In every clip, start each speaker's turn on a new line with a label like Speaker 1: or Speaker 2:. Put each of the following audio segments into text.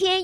Speaker 1: 又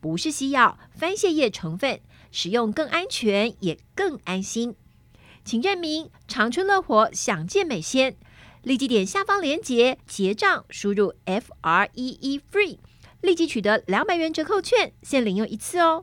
Speaker 1: 不是西药，番泻叶成分，使用更安全也更安心。请认明长春乐活享健美鲜，立即点下方链接结账，输入 F R E E FREE，立即取得两百元折扣券，限领用一次哦。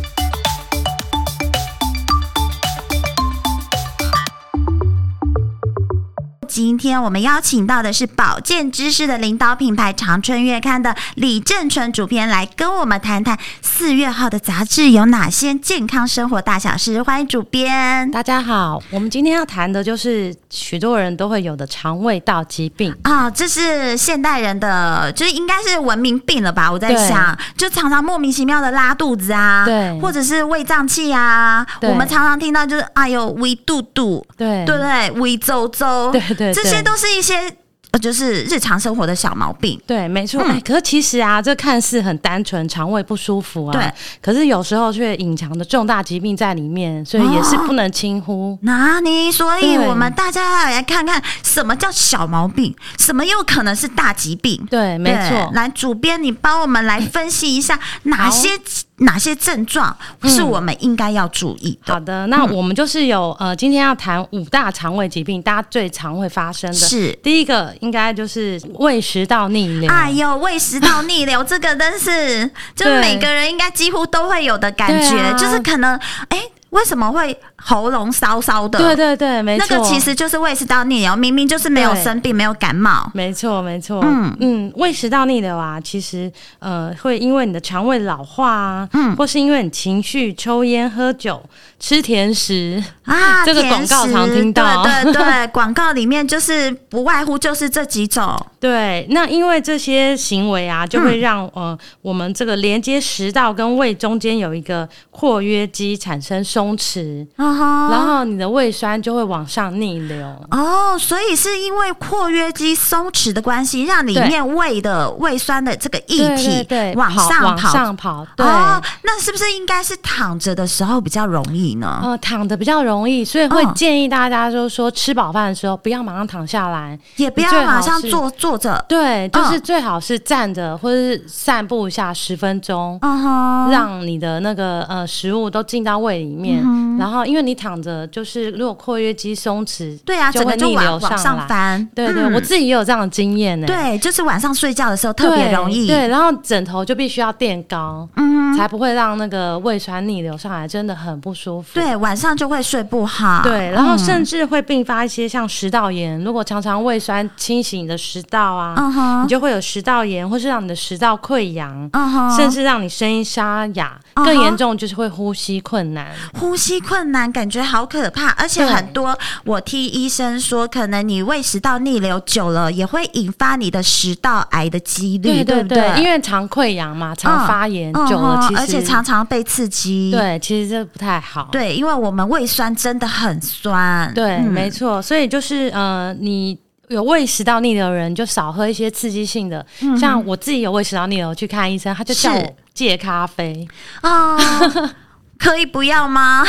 Speaker 2: 今天我们邀请到的是保健知识的领导品牌《长春月刊》的李正淳主编来跟我们谈谈四月号的杂志有哪些健康生活大小事。欢迎主编
Speaker 3: 大家好，我们今天要谈的就是许多人都会有的肠胃道疾病。
Speaker 2: 啊、这是现代人的，就是应该是文明病了吧？我在
Speaker 3: 对
Speaker 2: 想，就常常莫名其妙的拉肚子啊，
Speaker 3: 对
Speaker 2: 或者是胃胀气啊，
Speaker 3: 对
Speaker 2: 我们常常听到就是哎呦胃肚肚，
Speaker 3: 对
Speaker 2: 对不对？胃周周，
Speaker 3: 对对
Speaker 2: 这
Speaker 3: 对
Speaker 2: 些都是一些呃就是日常生活的小毛病。
Speaker 3: 对没错。
Speaker 2: 嗯
Speaker 3: 哎可是其实啊，这看似很单纯，肠胃不舒服啊，
Speaker 2: 对。
Speaker 3: 可是有时候却隐藏着重大疾病在里面，所以也是不能轻忽。
Speaker 2: 那你，所以
Speaker 3: 对
Speaker 2: 我们大家来看看什么叫小毛病，什么又可能是大疾病。
Speaker 3: 对，没
Speaker 2: 对
Speaker 3: 错。
Speaker 2: 来，主编，你帮我们来分析一下哪些哪些症状是我们应该要注意
Speaker 3: 好
Speaker 2: 的？
Speaker 3: 的，那我们就是有呃，今天要谈五大肠胃疾病，大家最常会发生的。
Speaker 2: 是，
Speaker 3: 第一个应该就是胃食道逆流。
Speaker 2: 哎呦，胃食道逆流这个真是，就是
Speaker 3: 对
Speaker 2: 每个人应该几乎都会有的感觉，
Speaker 3: 对啊
Speaker 2: 就是可能，哎、为什么会喉咙烧烧的？
Speaker 3: 对对对，没
Speaker 2: 那
Speaker 3: 错。
Speaker 2: 个其实就是胃食道逆流，明明就是没有
Speaker 3: 对
Speaker 2: 生病，没有感冒。
Speaker 3: 没错，没错。
Speaker 2: 嗯
Speaker 3: 嗯嗯，胃食道逆流啊，其实呃，会因为你的肠胃老化啊，
Speaker 2: 嗯
Speaker 3: 或是因为你情绪、抽烟、喝酒、吃甜食，
Speaker 2: 啊，
Speaker 3: 这个
Speaker 2: 甜
Speaker 3: 广告常
Speaker 2: 食
Speaker 3: 听到
Speaker 2: 对对对，广告里面就是不外乎就是这几种。
Speaker 3: 对，那因为这些行为
Speaker 2: 嗯
Speaker 3: 啊，就会让、呃我们这个连接食道跟胃中间有一个括约肌产生松弛， 然
Speaker 2: 然
Speaker 3: 后你的胃酸就会往上逆流。
Speaker 2: 哦，所以是因为括约肌松弛的关系，让里
Speaker 3: 对
Speaker 2: 面胃的胃酸的这个液
Speaker 3: 对
Speaker 2: 体
Speaker 3: 对对，
Speaker 2: 往
Speaker 3: 跑
Speaker 2: 上
Speaker 3: 往
Speaker 2: 跑。
Speaker 3: 上跑，对。
Speaker 2: 哦，那是不是应该是躺着的时候比较容易呢？
Speaker 3: 呃，躺的比较容易，所以会
Speaker 2: 嗯
Speaker 3: 建议大家就是说，吃饱饭的时候不要马上躺下来，
Speaker 2: 也不要
Speaker 3: 最好
Speaker 2: 马上
Speaker 3: 是
Speaker 2: 坐坐着。
Speaker 3: 对，就是
Speaker 2: 嗯
Speaker 3: 最好是站着或者是散步一下十分钟，
Speaker 2: 嗯哼，
Speaker 3: 让你的那个呃食物都进到胃里面。
Speaker 2: 嗯
Speaker 3: 然后，因为你躺着，就是如果括约肌松弛，
Speaker 2: 对啊，整
Speaker 3: 就
Speaker 2: 个
Speaker 3: 会
Speaker 2: 就
Speaker 3: 逆
Speaker 2: 往
Speaker 3: 流
Speaker 2: 往
Speaker 3: 上
Speaker 2: 上
Speaker 3: 来。
Speaker 2: 翻。
Speaker 3: 对对，
Speaker 2: 嗯
Speaker 3: 我自己也有这样的经验呢、
Speaker 2: 对，就是晚上睡觉的时候
Speaker 3: 对，
Speaker 2: 特别容易。
Speaker 3: 对，然后枕头就必须要垫高，
Speaker 2: 嗯哼，
Speaker 3: 才不会让那个胃酸逆流上来，真的很不舒服。
Speaker 2: 对，晚上就会睡不好。
Speaker 3: 对，然后
Speaker 2: 嗯
Speaker 3: 甚至会并发一些像食道炎，如果常常胃酸侵袭你的食道啊，
Speaker 2: 嗯哼
Speaker 3: 你就会有食道炎，或是让你的食道溃疡，
Speaker 2: 嗯哼，
Speaker 3: 甚至让你声音沙哑，
Speaker 2: 嗯哼
Speaker 3: 更严重就是会呼吸困难。
Speaker 2: 呼吸困难，感觉好可怕，而且
Speaker 3: 对
Speaker 2: 很多我听医生说，可能你胃食道逆流久了，也会引发你的食道癌的几率，
Speaker 3: 对
Speaker 2: 不
Speaker 3: 因为常溃疡嘛，常发炎、
Speaker 2: 嗯
Speaker 3: 久了，
Speaker 2: 哼
Speaker 3: 其实
Speaker 2: 而且常常被刺激，
Speaker 3: 对，其实这不太好。
Speaker 2: 对，因为我们胃酸真的很酸，
Speaker 3: 对，
Speaker 2: 嗯
Speaker 3: 没错，所以就是呃，你。有胃食道逆流的人就少喝一些刺激性的，像我自己有胃食道逆流去看医生，他就叫
Speaker 2: 嗯是
Speaker 3: 我戒咖啡，
Speaker 2: 哦，可以不要吗？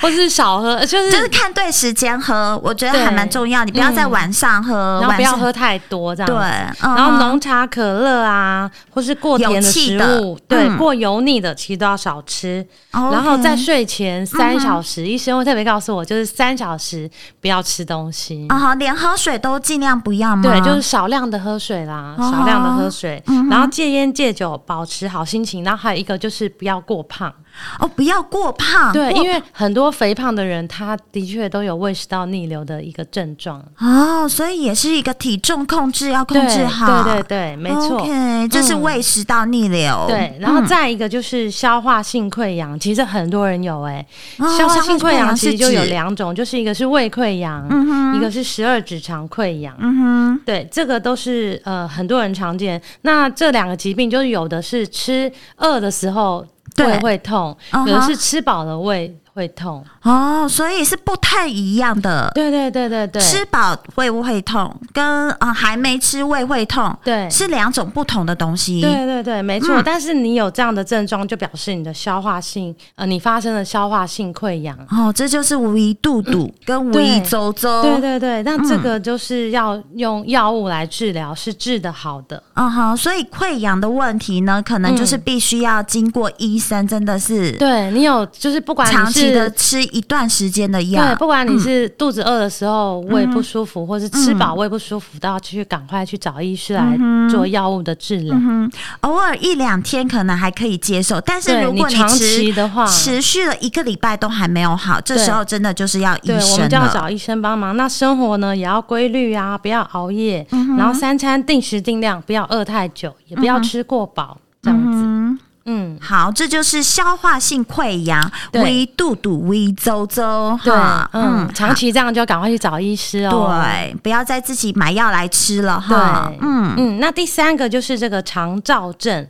Speaker 3: 或是少喝，就是
Speaker 2: 就是看对时间喝，我觉得
Speaker 3: 对
Speaker 2: 还蛮重要，你不要在
Speaker 3: 嗯
Speaker 2: 晚上喝，
Speaker 3: 然后
Speaker 2: 晚
Speaker 3: 不要
Speaker 2: 上
Speaker 3: 喝太多这样
Speaker 2: 对，
Speaker 3: 子。
Speaker 2: 然
Speaker 3: 然后浓茶、可乐啊，或是过甜
Speaker 2: 嗯有气
Speaker 3: 食
Speaker 2: 的
Speaker 3: 物，对，
Speaker 2: 嗯
Speaker 3: 过油腻的其实都要少吃。然后在睡前三
Speaker 2: 嗯
Speaker 3: 小时，医生会特别告诉我，就是三小时不要吃东西。
Speaker 2: 啊，好连喝水都尽量不要吗？
Speaker 3: 对，就是少量的喝水啦，
Speaker 2: 哦嗯
Speaker 3: 少量的喝水，然后戒烟戒酒，保持好心情。然后还有一个就是不要过胖，
Speaker 2: 哦，不要过胖，
Speaker 3: 对，
Speaker 2: 啊过
Speaker 3: 因为很多肥胖的人，他的确都有胃食道逆流的一个症状。
Speaker 2: 哦，所以也是一个体重控制要控制
Speaker 3: 对
Speaker 2: 好，
Speaker 3: 对对对，没错。
Speaker 2: OK，这是
Speaker 3: 嗯
Speaker 2: 胃食道逆流，
Speaker 3: 对，然后
Speaker 2: 嗯
Speaker 3: 再一个就是消化性溃疡，其实很多人有哎、
Speaker 2: 哦
Speaker 3: 消化性溃疡其
Speaker 2: 是
Speaker 3: 实就有
Speaker 2: 指，
Speaker 3: 两种，就是一个是胃溃疡，
Speaker 2: 嗯哼，
Speaker 3: 一个是十二指肠溃疡。
Speaker 2: 嗯哼，
Speaker 3: 对，这个都是呃很多人常见。那这两个疾病就是有的是吃饿的时候
Speaker 2: 对
Speaker 3: 胃会痛，
Speaker 2: 嗯
Speaker 3: 有
Speaker 2: 哼
Speaker 3: 的是吃饱了胃会痛。
Speaker 2: 哦，所以是不太一样的。
Speaker 3: 对对对对对，
Speaker 2: 吃饱胃会痛，跟呃还没吃胃会痛，
Speaker 3: 对
Speaker 2: 是两种不同的东西。
Speaker 3: 对对对，没错。
Speaker 2: 嗯
Speaker 3: 但是你有这样的症状，就表示你的消化性呃你发生了消化性溃疡。
Speaker 2: 哦，这就是无一肚 肚跟无一
Speaker 3: 对
Speaker 2: 周周。
Speaker 3: 对对对，那这
Speaker 2: 嗯
Speaker 3: 个就是要用药物来治疗，是治得好的。
Speaker 2: 嗯哼，所以溃疡的问题呢，可能就是
Speaker 3: 嗯
Speaker 2: 必须要经过医生，真的是
Speaker 3: 对你有就是不管你
Speaker 2: 长期
Speaker 3: 是
Speaker 2: 的吃一段时间的
Speaker 3: 对，
Speaker 2: 药。
Speaker 3: 不管你是肚子饿的时候、胃不舒服，或是吃
Speaker 2: 嗯
Speaker 3: 饱胃不舒服，都要去赶快去找医师来做药物的治
Speaker 2: 嗯
Speaker 3: 疗。
Speaker 2: 偶尔一两天可能还可以接受，但是
Speaker 3: 对
Speaker 2: 如果
Speaker 3: 长期
Speaker 2: 持
Speaker 3: 的话，
Speaker 2: 持续了一个礼拜都还没有好，这
Speaker 3: 对
Speaker 2: 时候真的就是要医
Speaker 3: 对，我
Speaker 2: 生啊
Speaker 3: 们就要
Speaker 2: 了。
Speaker 3: 找医生帮忙。那生活呢也要规律啊，不要熬夜，
Speaker 2: 嗯
Speaker 3: 然后三餐定时定量，不要饿太久，也不要吃过饱，这样子。嗯，
Speaker 2: 好，这就是消化性溃疡，
Speaker 3: 对
Speaker 2: 微肚肚、微周周
Speaker 3: 对
Speaker 2: 哈，，
Speaker 3: 嗯，
Speaker 2: 啊
Speaker 3: 长
Speaker 2: 好
Speaker 3: 期这样就赶快去找医师哦。。
Speaker 2: 对，不要再自己买药来吃了哈
Speaker 3: 对。
Speaker 2: 嗯，
Speaker 3: 嗯，那第三个就是这个肠燥症，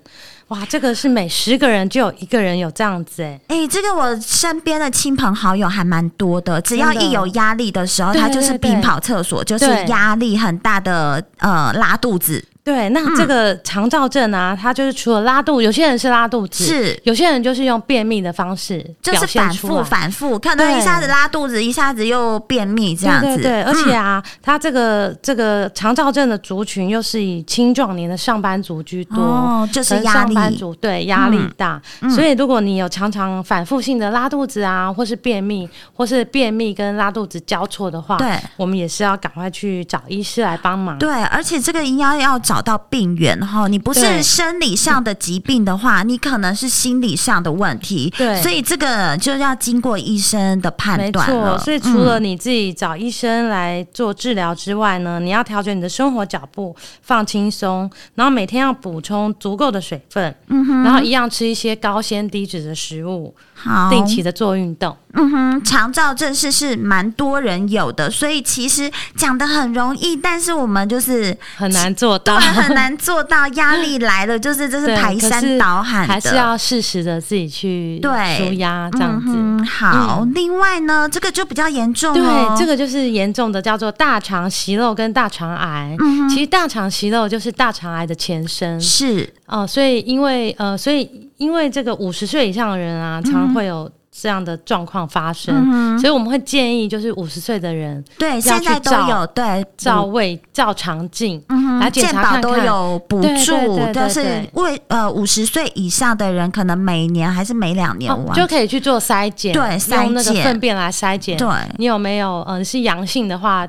Speaker 3: 哇，这个是每十个人就有一个人有这样子哎、
Speaker 2: 哎、这个我身边的亲朋好友还蛮多的，只要
Speaker 3: 真的
Speaker 2: 一有压力的时候，
Speaker 3: 对
Speaker 2: 他就是
Speaker 3: 对对
Speaker 2: 频跑厕所，就是
Speaker 3: 对
Speaker 2: 压力很大的呃拉肚子，
Speaker 3: 对，那这个肠燥症啊，它就是除了拉肚，有些人是拉肚子，
Speaker 2: 是
Speaker 3: 有些人就是用便秘的方式
Speaker 2: 就
Speaker 3: 表
Speaker 2: 是
Speaker 3: 现
Speaker 2: 反
Speaker 3: 出
Speaker 2: 复
Speaker 3: 来。
Speaker 2: 反复，可能一
Speaker 3: 对
Speaker 2: 下子拉肚子，一下子又便秘这样子。嗯
Speaker 3: 对对对，而且啊，它这个这个肠燥症的族群又是以青壮年的上班族居多，
Speaker 2: 哦，就
Speaker 3: 可
Speaker 2: 是
Speaker 3: 能
Speaker 2: 压
Speaker 3: 上班
Speaker 2: 力。嗯
Speaker 3: 族对压力大，所以如果你有常常反复性的拉肚子啊，或是便秘，或是便秘跟拉肚子交错的话，
Speaker 2: 对
Speaker 3: 我们也是要赶快去找医师来帮忙。
Speaker 2: 对，而且这个应该要找到病源哈，你不是
Speaker 3: 对
Speaker 2: 生理上的疾病的话，你可能是心理上的问题，
Speaker 3: 对
Speaker 2: 所以这个就要经过医生的判
Speaker 3: 没
Speaker 2: 断
Speaker 3: 错
Speaker 2: 了。，
Speaker 3: 所以
Speaker 2: 嗯
Speaker 3: 除了你自己找医生来做治疗之外呢，你要调整你的生活脚步，放轻松，然后每天要补充足够的水分，
Speaker 2: 嗯
Speaker 3: 然后一样吃一些高纤低脂的食物，
Speaker 2: 好，
Speaker 3: 定期的做运动。
Speaker 2: 嗯哼，肠燥症是是蛮多人有的，所以其实讲的很容易，但是我们就是
Speaker 3: 很难做
Speaker 2: 当
Speaker 3: 到，
Speaker 2: 然很难做到，压力来了就是这啊是
Speaker 3: 对
Speaker 2: 排
Speaker 3: 可
Speaker 2: 山
Speaker 3: 是
Speaker 2: 倒海的，
Speaker 3: 还是要适时的自己去
Speaker 2: 对
Speaker 3: 舒压这样子。
Speaker 2: 嗯哼、好，另外呢，这个就比较严重哦
Speaker 3: 对，，这个就是严重的，叫做大肠息肉跟大肠癌。
Speaker 2: 嗯
Speaker 3: 其实大肠息肉就是大肠癌的前身
Speaker 2: 是
Speaker 3: 哦、所以因为呃，所以因为这个五十岁以上的
Speaker 2: 嗯
Speaker 3: 人啊，常会有这样的状况发生，所以我们会建议就是五十岁的人
Speaker 2: 对，
Speaker 3: 要
Speaker 2: 现
Speaker 3: 去
Speaker 2: 在都
Speaker 3: 照
Speaker 2: 有对
Speaker 3: 照胃、照肠镜、
Speaker 2: 嗯
Speaker 3: 来
Speaker 2: 哼，
Speaker 3: 检
Speaker 2: 健
Speaker 3: 查
Speaker 2: 保
Speaker 3: 看看。
Speaker 2: 都有补
Speaker 3: 对对
Speaker 2: 助，
Speaker 3: 对对
Speaker 2: 但是
Speaker 3: 对
Speaker 2: 为呃五十岁以上的人，可能每年还是每两年
Speaker 3: 哦
Speaker 2: 完，
Speaker 3: 就可以去做筛检，
Speaker 2: 对筛
Speaker 3: 用那个
Speaker 2: 检
Speaker 3: 粪便来筛检，
Speaker 2: 对，
Speaker 3: 你有没有嗯、呃是阳性的话，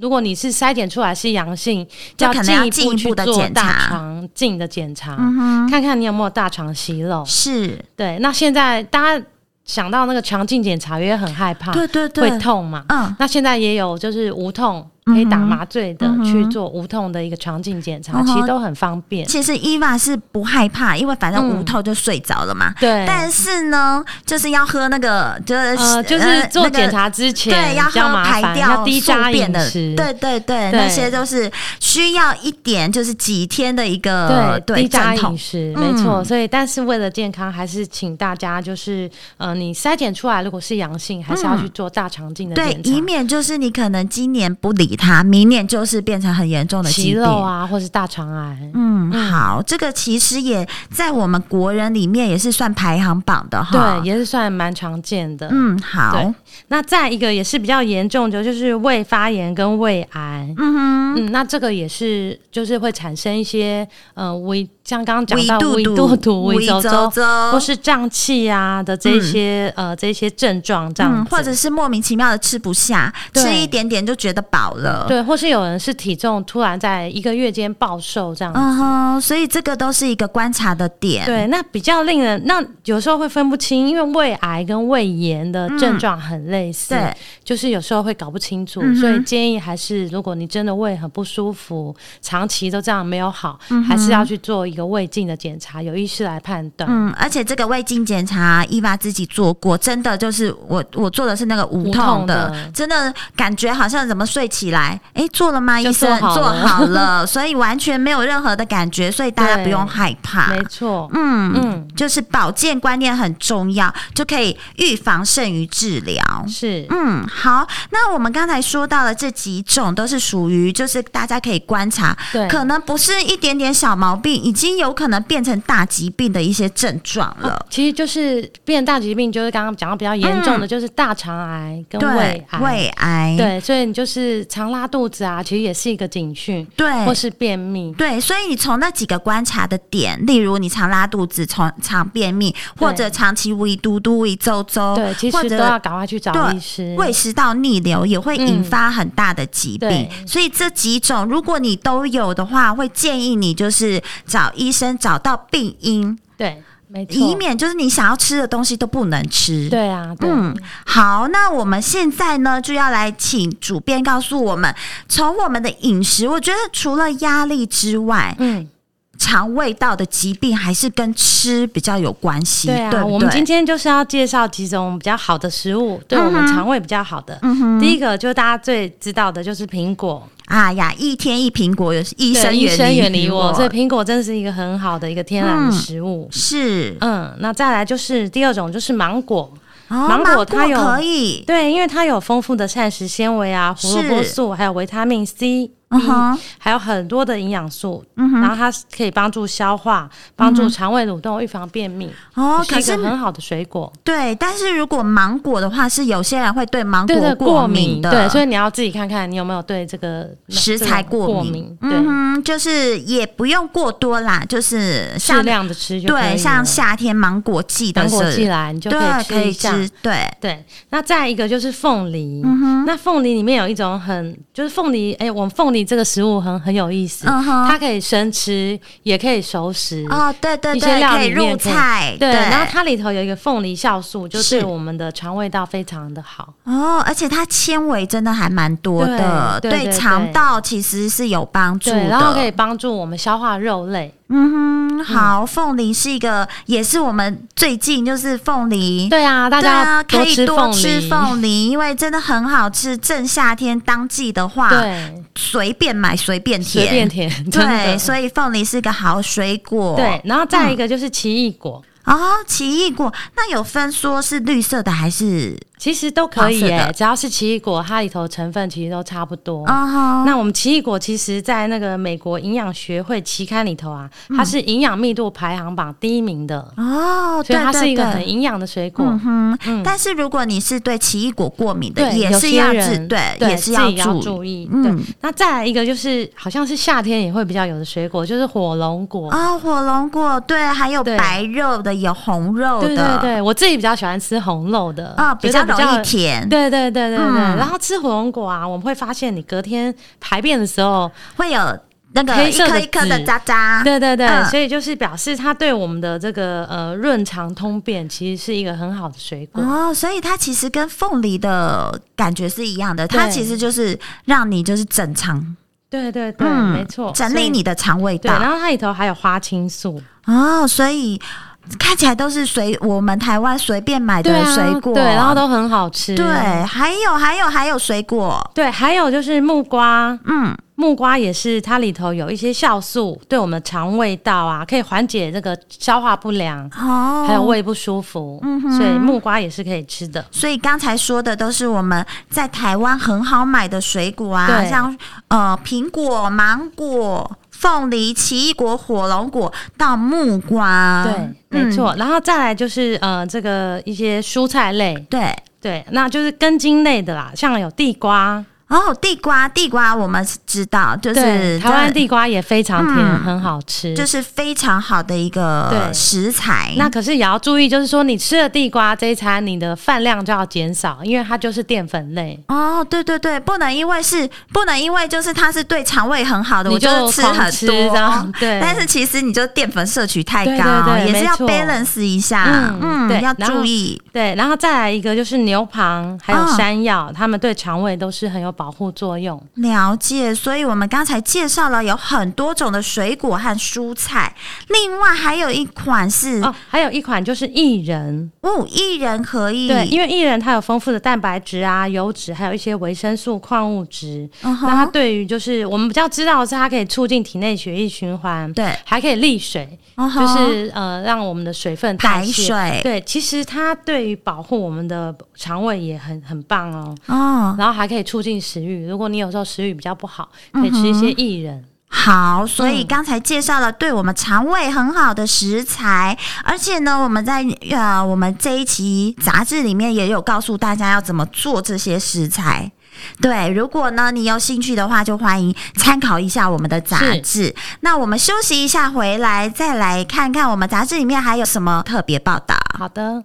Speaker 3: 如果你是筛检出来是阳性，
Speaker 2: 就
Speaker 3: 要
Speaker 2: 可能要
Speaker 3: 进
Speaker 2: 进一
Speaker 3: 去
Speaker 2: 步的
Speaker 3: 做
Speaker 2: 检
Speaker 3: 大
Speaker 2: 查
Speaker 3: 肠镜的检查，
Speaker 2: 嗯哼，
Speaker 3: 看哦看你有没有大肠息肉。
Speaker 2: 是，
Speaker 3: 对，那现在大家想到那个肠镜检查，也很害怕，
Speaker 2: 对对对
Speaker 3: 会，痛嘛。
Speaker 2: 嗯。
Speaker 3: 那现在也有就是无痛可以打麻醉的、去做无痛的一个肠镜检查，
Speaker 2: 嗯哼
Speaker 3: 其实都很方便。
Speaker 2: 其实伊娃是不害怕，因为反正
Speaker 3: 嗯
Speaker 2: 无头就睡着了嘛。
Speaker 3: 对，
Speaker 2: 但是呢，就是要喝那个，就是
Speaker 3: 嗯呃，就是做检、查之前、
Speaker 2: 那个对，要
Speaker 3: 比较
Speaker 2: 喝
Speaker 3: 麻
Speaker 2: 排
Speaker 3: 烦，
Speaker 2: 掉
Speaker 3: 要低渣
Speaker 2: 宿便
Speaker 3: 饮
Speaker 2: 的，
Speaker 3: 食，
Speaker 2: 对对对，那些都是需要一点，就是几天的一个
Speaker 3: 对，低
Speaker 2: 阵
Speaker 3: 渣饮
Speaker 2: 痛。
Speaker 3: 食，
Speaker 2: 嗯
Speaker 3: 没错。所以，但是为了健康，还是请大家就是，呃，你筛检出来如果是阳性，还是要去做大肠镜的
Speaker 2: 嗯对，
Speaker 3: 检查，
Speaker 2: 以免就是你可能今年不理它，明年就是变成很严重的
Speaker 3: 息
Speaker 2: 疾病。
Speaker 3: 肉啊，或是大肠癌。
Speaker 2: 嗯，
Speaker 3: 嗯
Speaker 2: 好，这个其实也在我们国人里面也是算排行榜的哈。
Speaker 3: 对，，也是算蛮常见的。
Speaker 2: 嗯，好
Speaker 3: 对，那再一个也是比较严重的，就是胃发炎跟胃癌。
Speaker 2: 嗯哼。
Speaker 3: 嗯，那这个也是就是会产生一些呃胃像刚刚讲到胃肚肚、胃周周，或是胀气啊的这些、呃这些症状这样
Speaker 2: 嗯，
Speaker 3: 子，
Speaker 2: 或者是莫名其妙的吃不下，
Speaker 3: 对
Speaker 2: 吃一点点就觉得饱了。
Speaker 3: 对，或是有人是体重突然在一个月间暴瘦这样子。
Speaker 2: 嗯哼，所以这个都是一个观察的点。
Speaker 3: 对，那比较令人那有时候会分不清，因为胃癌跟胃炎的症状很类似，
Speaker 2: 嗯对，
Speaker 3: 就是有时候会搞不清楚，
Speaker 2: 嗯哼
Speaker 3: 所以建议还是如果你真的胃很不舒服，长期都这样没有好，
Speaker 2: 嗯
Speaker 3: 还是要去做一个胃镜的检查，有医师来判断。
Speaker 2: 嗯，而且这个胃镜检查，伊娃自己做过，真的就是我我做的是那个无
Speaker 3: 无
Speaker 2: 痛
Speaker 3: 痛
Speaker 2: 的，
Speaker 3: 的
Speaker 2: 真的感觉好像怎么睡起来，诶，做了吗？医
Speaker 3: 就
Speaker 2: 生
Speaker 3: 做好了
Speaker 2: 好了， 所以完全没有任何的感觉，所以大家
Speaker 3: 对
Speaker 2: 不用害怕
Speaker 3: 没。错，
Speaker 2: 嗯，
Speaker 3: 嗯，
Speaker 2: 就是保健观念很重要，就可以预防胜于治疗。
Speaker 3: 是。
Speaker 2: 嗯，好，那我们刚才说到的这几种都是属于，就是大家可以观察，
Speaker 3: 对，
Speaker 2: 可能不是一点点小毛病，已经有可能变成大疾病的一些症状
Speaker 3: 哦
Speaker 2: 了。
Speaker 3: 其实就是变大疾病，就是刚刚讲到比较严重的，就是大肠癌跟哦胃
Speaker 2: 嗯对，
Speaker 3: 癌。
Speaker 2: 胃癌，
Speaker 3: 对，所以你就是常拉肚子啊，其实也是一个警讯，或
Speaker 2: 对
Speaker 3: 是便秘。
Speaker 2: 对，所以你从那几个观察的点，例如你常拉肚子、常常便秘，或者长期胃嘟嘟、胃周周，
Speaker 3: 对，其
Speaker 2: 哦或
Speaker 3: 实
Speaker 2: 者
Speaker 3: 都要赶快去找
Speaker 2: 对
Speaker 3: 医师。
Speaker 2: 胃食道逆流也会引
Speaker 3: 嗯
Speaker 2: 发很大的疾病，
Speaker 3: 对
Speaker 2: 所以这几种如果你都有的话，会建议你就是找医生找到病因，
Speaker 3: 对，没错。
Speaker 2: 以免就是你想要吃的东西都不能吃。
Speaker 3: 对啊，对，
Speaker 2: 嗯，好，那我们现在呢就要来请主编告诉我们，从我们的饮食，我觉得除了压力之外，
Speaker 3: 嗯，
Speaker 2: 肠胃道的疾病还是跟吃比较有关系，
Speaker 3: 对啊，
Speaker 2: 不
Speaker 3: 我们
Speaker 2: 对
Speaker 3: 今天就是要介绍几种比较好的食物，对我们肠胃比较好的。
Speaker 2: 嗯哼
Speaker 3: 第一个就是大家最知道的就是苹果，
Speaker 2: 啊呀，一天一苹果，有医
Speaker 3: 对
Speaker 2: 生
Speaker 3: 医生远离
Speaker 2: 我，
Speaker 3: 我，所以苹果真是一个很好的一个天然的食物。
Speaker 2: 是、
Speaker 3: 嗯，那再来就是第二种就是芒果，
Speaker 2: 哦
Speaker 3: 芒果
Speaker 2: 果
Speaker 3: 它有
Speaker 2: 可以，
Speaker 3: 对，因为它有丰富的膳食纤维啊、胡萝卜
Speaker 2: 是
Speaker 3: 素，还有维他命 C、
Speaker 2: 嗯
Speaker 3: B，
Speaker 2: 哼，
Speaker 3: 还有很多的营养素，然后它可以帮助消化、帮助肠胃蠕动、预防便秘，
Speaker 2: 嗯哦，
Speaker 3: 是
Speaker 2: 可
Speaker 3: 一个
Speaker 2: 是
Speaker 3: 很好的水果。
Speaker 2: 对，但是如果芒果的话，是有些人会对芒
Speaker 3: 对
Speaker 2: 果
Speaker 3: 对，过
Speaker 2: 敏的，
Speaker 3: 对，所
Speaker 2: 以。
Speaker 3: 以你要自己看看你有没有对这个
Speaker 2: 食材
Speaker 3: 这个
Speaker 2: 过
Speaker 3: 过
Speaker 2: 敏，
Speaker 3: 敏，对，
Speaker 2: 嗯哼，就是也不用过多啦，就是
Speaker 3: 适
Speaker 2: 像
Speaker 3: 量的吃就可以了
Speaker 2: 对，像夏天芒果季的
Speaker 3: 糖
Speaker 2: 时
Speaker 3: 果
Speaker 2: 候，
Speaker 3: 寄来，你就可以
Speaker 2: 对，可
Speaker 3: 吃一
Speaker 2: 以
Speaker 3: 下。
Speaker 2: 吃，嗯对，
Speaker 3: 对，那再一个就是凤梨，那凤梨里面有一种很，就是凤梨，哎、我们凤梨这个食物很很有意思，
Speaker 2: 嗯哼
Speaker 3: 它可以生吃，也可以熟食。
Speaker 2: 哦，对对
Speaker 3: 一些
Speaker 2: 对，
Speaker 3: 料
Speaker 2: 可以
Speaker 3: 里面
Speaker 2: 入
Speaker 3: 可以
Speaker 2: 菜，
Speaker 3: 对，然后它里头有一个凤梨酵素，就是对我们的肠胃道非常的好。
Speaker 2: 哦，而且它纤维真的还蛮多的，
Speaker 3: 对对对对
Speaker 2: 肠道其实是有帮助
Speaker 3: 对，
Speaker 2: 的。
Speaker 3: 然后可以帮助我们消化肉类。
Speaker 2: 嗯哼，好，凤梨是一个，也是我们最近就是凤梨。
Speaker 3: 对啊，大
Speaker 2: 对
Speaker 3: 家
Speaker 2: 啊，
Speaker 3: 多
Speaker 2: 可以
Speaker 3: 吃
Speaker 2: 多
Speaker 3: 凤
Speaker 2: 吃
Speaker 3: 梨。
Speaker 2: 凤梨，因为真的很好吃。正夏天当季的话，
Speaker 3: 对，
Speaker 2: 随便买随便
Speaker 3: 随
Speaker 2: 甜，
Speaker 3: 便甜，真
Speaker 2: 对，
Speaker 3: 的。
Speaker 2: 所以凤梨是个好水果。
Speaker 3: 对，然后再一个就是奇异果，
Speaker 2: 哦，奇异果那有分说是绿色的还是
Speaker 3: 其实都可以耶、
Speaker 2: 黄色的
Speaker 3: 只要是奇异果，它里头成分其实都差不多。
Speaker 2: 哦吼
Speaker 3: 那我们奇异果其实，在那个美国营养学会期刊里头啊，它是营养密度排行榜第一名的，
Speaker 2: 嗯哦，
Speaker 3: 所
Speaker 2: 对
Speaker 3: 以它是一
Speaker 2: 对
Speaker 3: 个很
Speaker 2: 对。
Speaker 3: 营养的水果。
Speaker 2: 嗯哼，
Speaker 3: 嗯
Speaker 2: 但是如果你是对奇异果过敏的，
Speaker 3: 对，
Speaker 2: 也
Speaker 3: 有
Speaker 2: 是
Speaker 3: 些
Speaker 2: 要治
Speaker 3: 人，
Speaker 2: 对，
Speaker 3: 对
Speaker 2: 也是
Speaker 3: 自己
Speaker 2: 注
Speaker 3: 要
Speaker 2: 意。
Speaker 3: 注意。
Speaker 2: 嗯
Speaker 3: 对，那再来一个就是，好像是夏天也会比较有的水果，就是火龙果。
Speaker 2: 哦，火龙果对，还有
Speaker 3: 对
Speaker 2: 白肉的，有红肉的，
Speaker 3: 对对对，我自己比较喜欢吃红肉的，
Speaker 2: 哦，比
Speaker 3: 觉
Speaker 2: 较
Speaker 3: 得
Speaker 2: 容易甜，
Speaker 3: 对对对对对，
Speaker 2: 嗯
Speaker 3: 然后吃火龙果啊，我们会发现你隔天排便的时候，
Speaker 2: 会有那个
Speaker 3: 黑
Speaker 2: 一
Speaker 3: 色
Speaker 2: 颗
Speaker 3: 的
Speaker 2: 一颗的
Speaker 3: 籽
Speaker 2: 渣渣。
Speaker 3: 对对对，
Speaker 2: 嗯
Speaker 3: 所以就是表示它对我们的这个呃润肠通便，其实是一个很好的水果。
Speaker 2: 哦，所以它其实跟凤梨的感觉是一样的，它
Speaker 3: 对
Speaker 2: 其实就是让你就是整肠，嗯
Speaker 3: 对对对，没错，
Speaker 2: 整
Speaker 3: 所以
Speaker 2: 理你。的肠胃
Speaker 3: 对，
Speaker 2: 道。
Speaker 3: 然后它里头还有花青素，
Speaker 2: 哦，所以看起来都是随我们台湾随便买
Speaker 3: 对
Speaker 2: 的
Speaker 3: 啊
Speaker 2: 水果，
Speaker 3: 对，然后都很好吃。
Speaker 2: 对，还有还有还有水果，
Speaker 3: 对，还有就是木瓜，
Speaker 2: 嗯，
Speaker 3: 木瓜也是它里头有一些酵素，对我们肠胃道啊，可以缓解这个消化不良，
Speaker 2: 哦，嗯
Speaker 3: 还有胃不舒服，所以木瓜也是可以吃的。
Speaker 2: 所以刚才说的都是我们在台湾很好买的水果啊，
Speaker 3: 对
Speaker 2: 像呃苹果、芒果、凤梨、奇异果、火龙果到木瓜，嗯
Speaker 3: 对，没错。然后再来就是呃，这个一些蔬菜类，
Speaker 2: 对
Speaker 3: 对，那就是根茎类的啦，像有地瓜、
Speaker 2: 哦，地瓜，地瓜我们知道，就是
Speaker 3: 对，台湾
Speaker 2: 真的
Speaker 3: 地瓜也非常甜，
Speaker 2: 嗯
Speaker 3: 很好吃。
Speaker 2: 就是非常好的一个
Speaker 3: 对
Speaker 2: 食材。
Speaker 3: 那可是也要注意，就是说你吃了地瓜这一餐，你的饭量就要减少，因为它就是淀粉类。
Speaker 2: 哦，对对对，不能因为是不能因为就是它是对肠胃很好的，
Speaker 3: 你
Speaker 2: 我就
Speaker 3: 就是狂
Speaker 2: 很
Speaker 3: 吃这
Speaker 2: 多
Speaker 3: 样，对
Speaker 2: 但是其实你就淀粉摄取太高，
Speaker 3: 对对对
Speaker 2: 也是要
Speaker 3: 没错
Speaker 2: balance 一下，嗯，
Speaker 3: 嗯对
Speaker 2: 要
Speaker 3: 然后
Speaker 2: 注意。
Speaker 3: 对，然后再来一个就是牛蒡还有
Speaker 2: 嗯
Speaker 3: 山药，它们对肠胃都是很有保护作用。
Speaker 2: 了解，所以我们刚才介绍了有很多种的水果和蔬菜，另外还有一款是
Speaker 3: 哦，还有一款就是薏仁，
Speaker 2: 哦，一人可以，
Speaker 3: 对，因为薏仁它有丰富的蛋白质啊、油脂，还有一些维生素、矿物质。
Speaker 2: 嗯
Speaker 3: 那它
Speaker 2: 哼，
Speaker 3: 对于就是我们比较知道的是，它可以促进体内血液循环，
Speaker 2: 对，
Speaker 3: 还可以利水，
Speaker 2: 嗯
Speaker 3: 就
Speaker 2: 哼
Speaker 3: 是呃让我们的水分代
Speaker 2: 排
Speaker 3: 谢。
Speaker 2: 水
Speaker 3: 对，其实它对于保护我们的肠胃也很很棒哦，
Speaker 2: 哦。
Speaker 3: 然后还可以促进食欲。如果你有时候食欲比较不好，可以吃一些薏
Speaker 2: 嗯
Speaker 3: 仁。
Speaker 2: 好，所以
Speaker 3: 嗯
Speaker 2: 刚才介绍了对我们肠胃很好的食材，而且呢，我们在呃我们这一期杂志里面也有告诉大家要怎么做这些食材。对，如果呢你有兴趣的话，就欢迎参考一下我们的杂
Speaker 3: 是
Speaker 2: 志。那我们休息一下，回来再来看看我们杂志里面还有什么特别报道。
Speaker 3: 好的，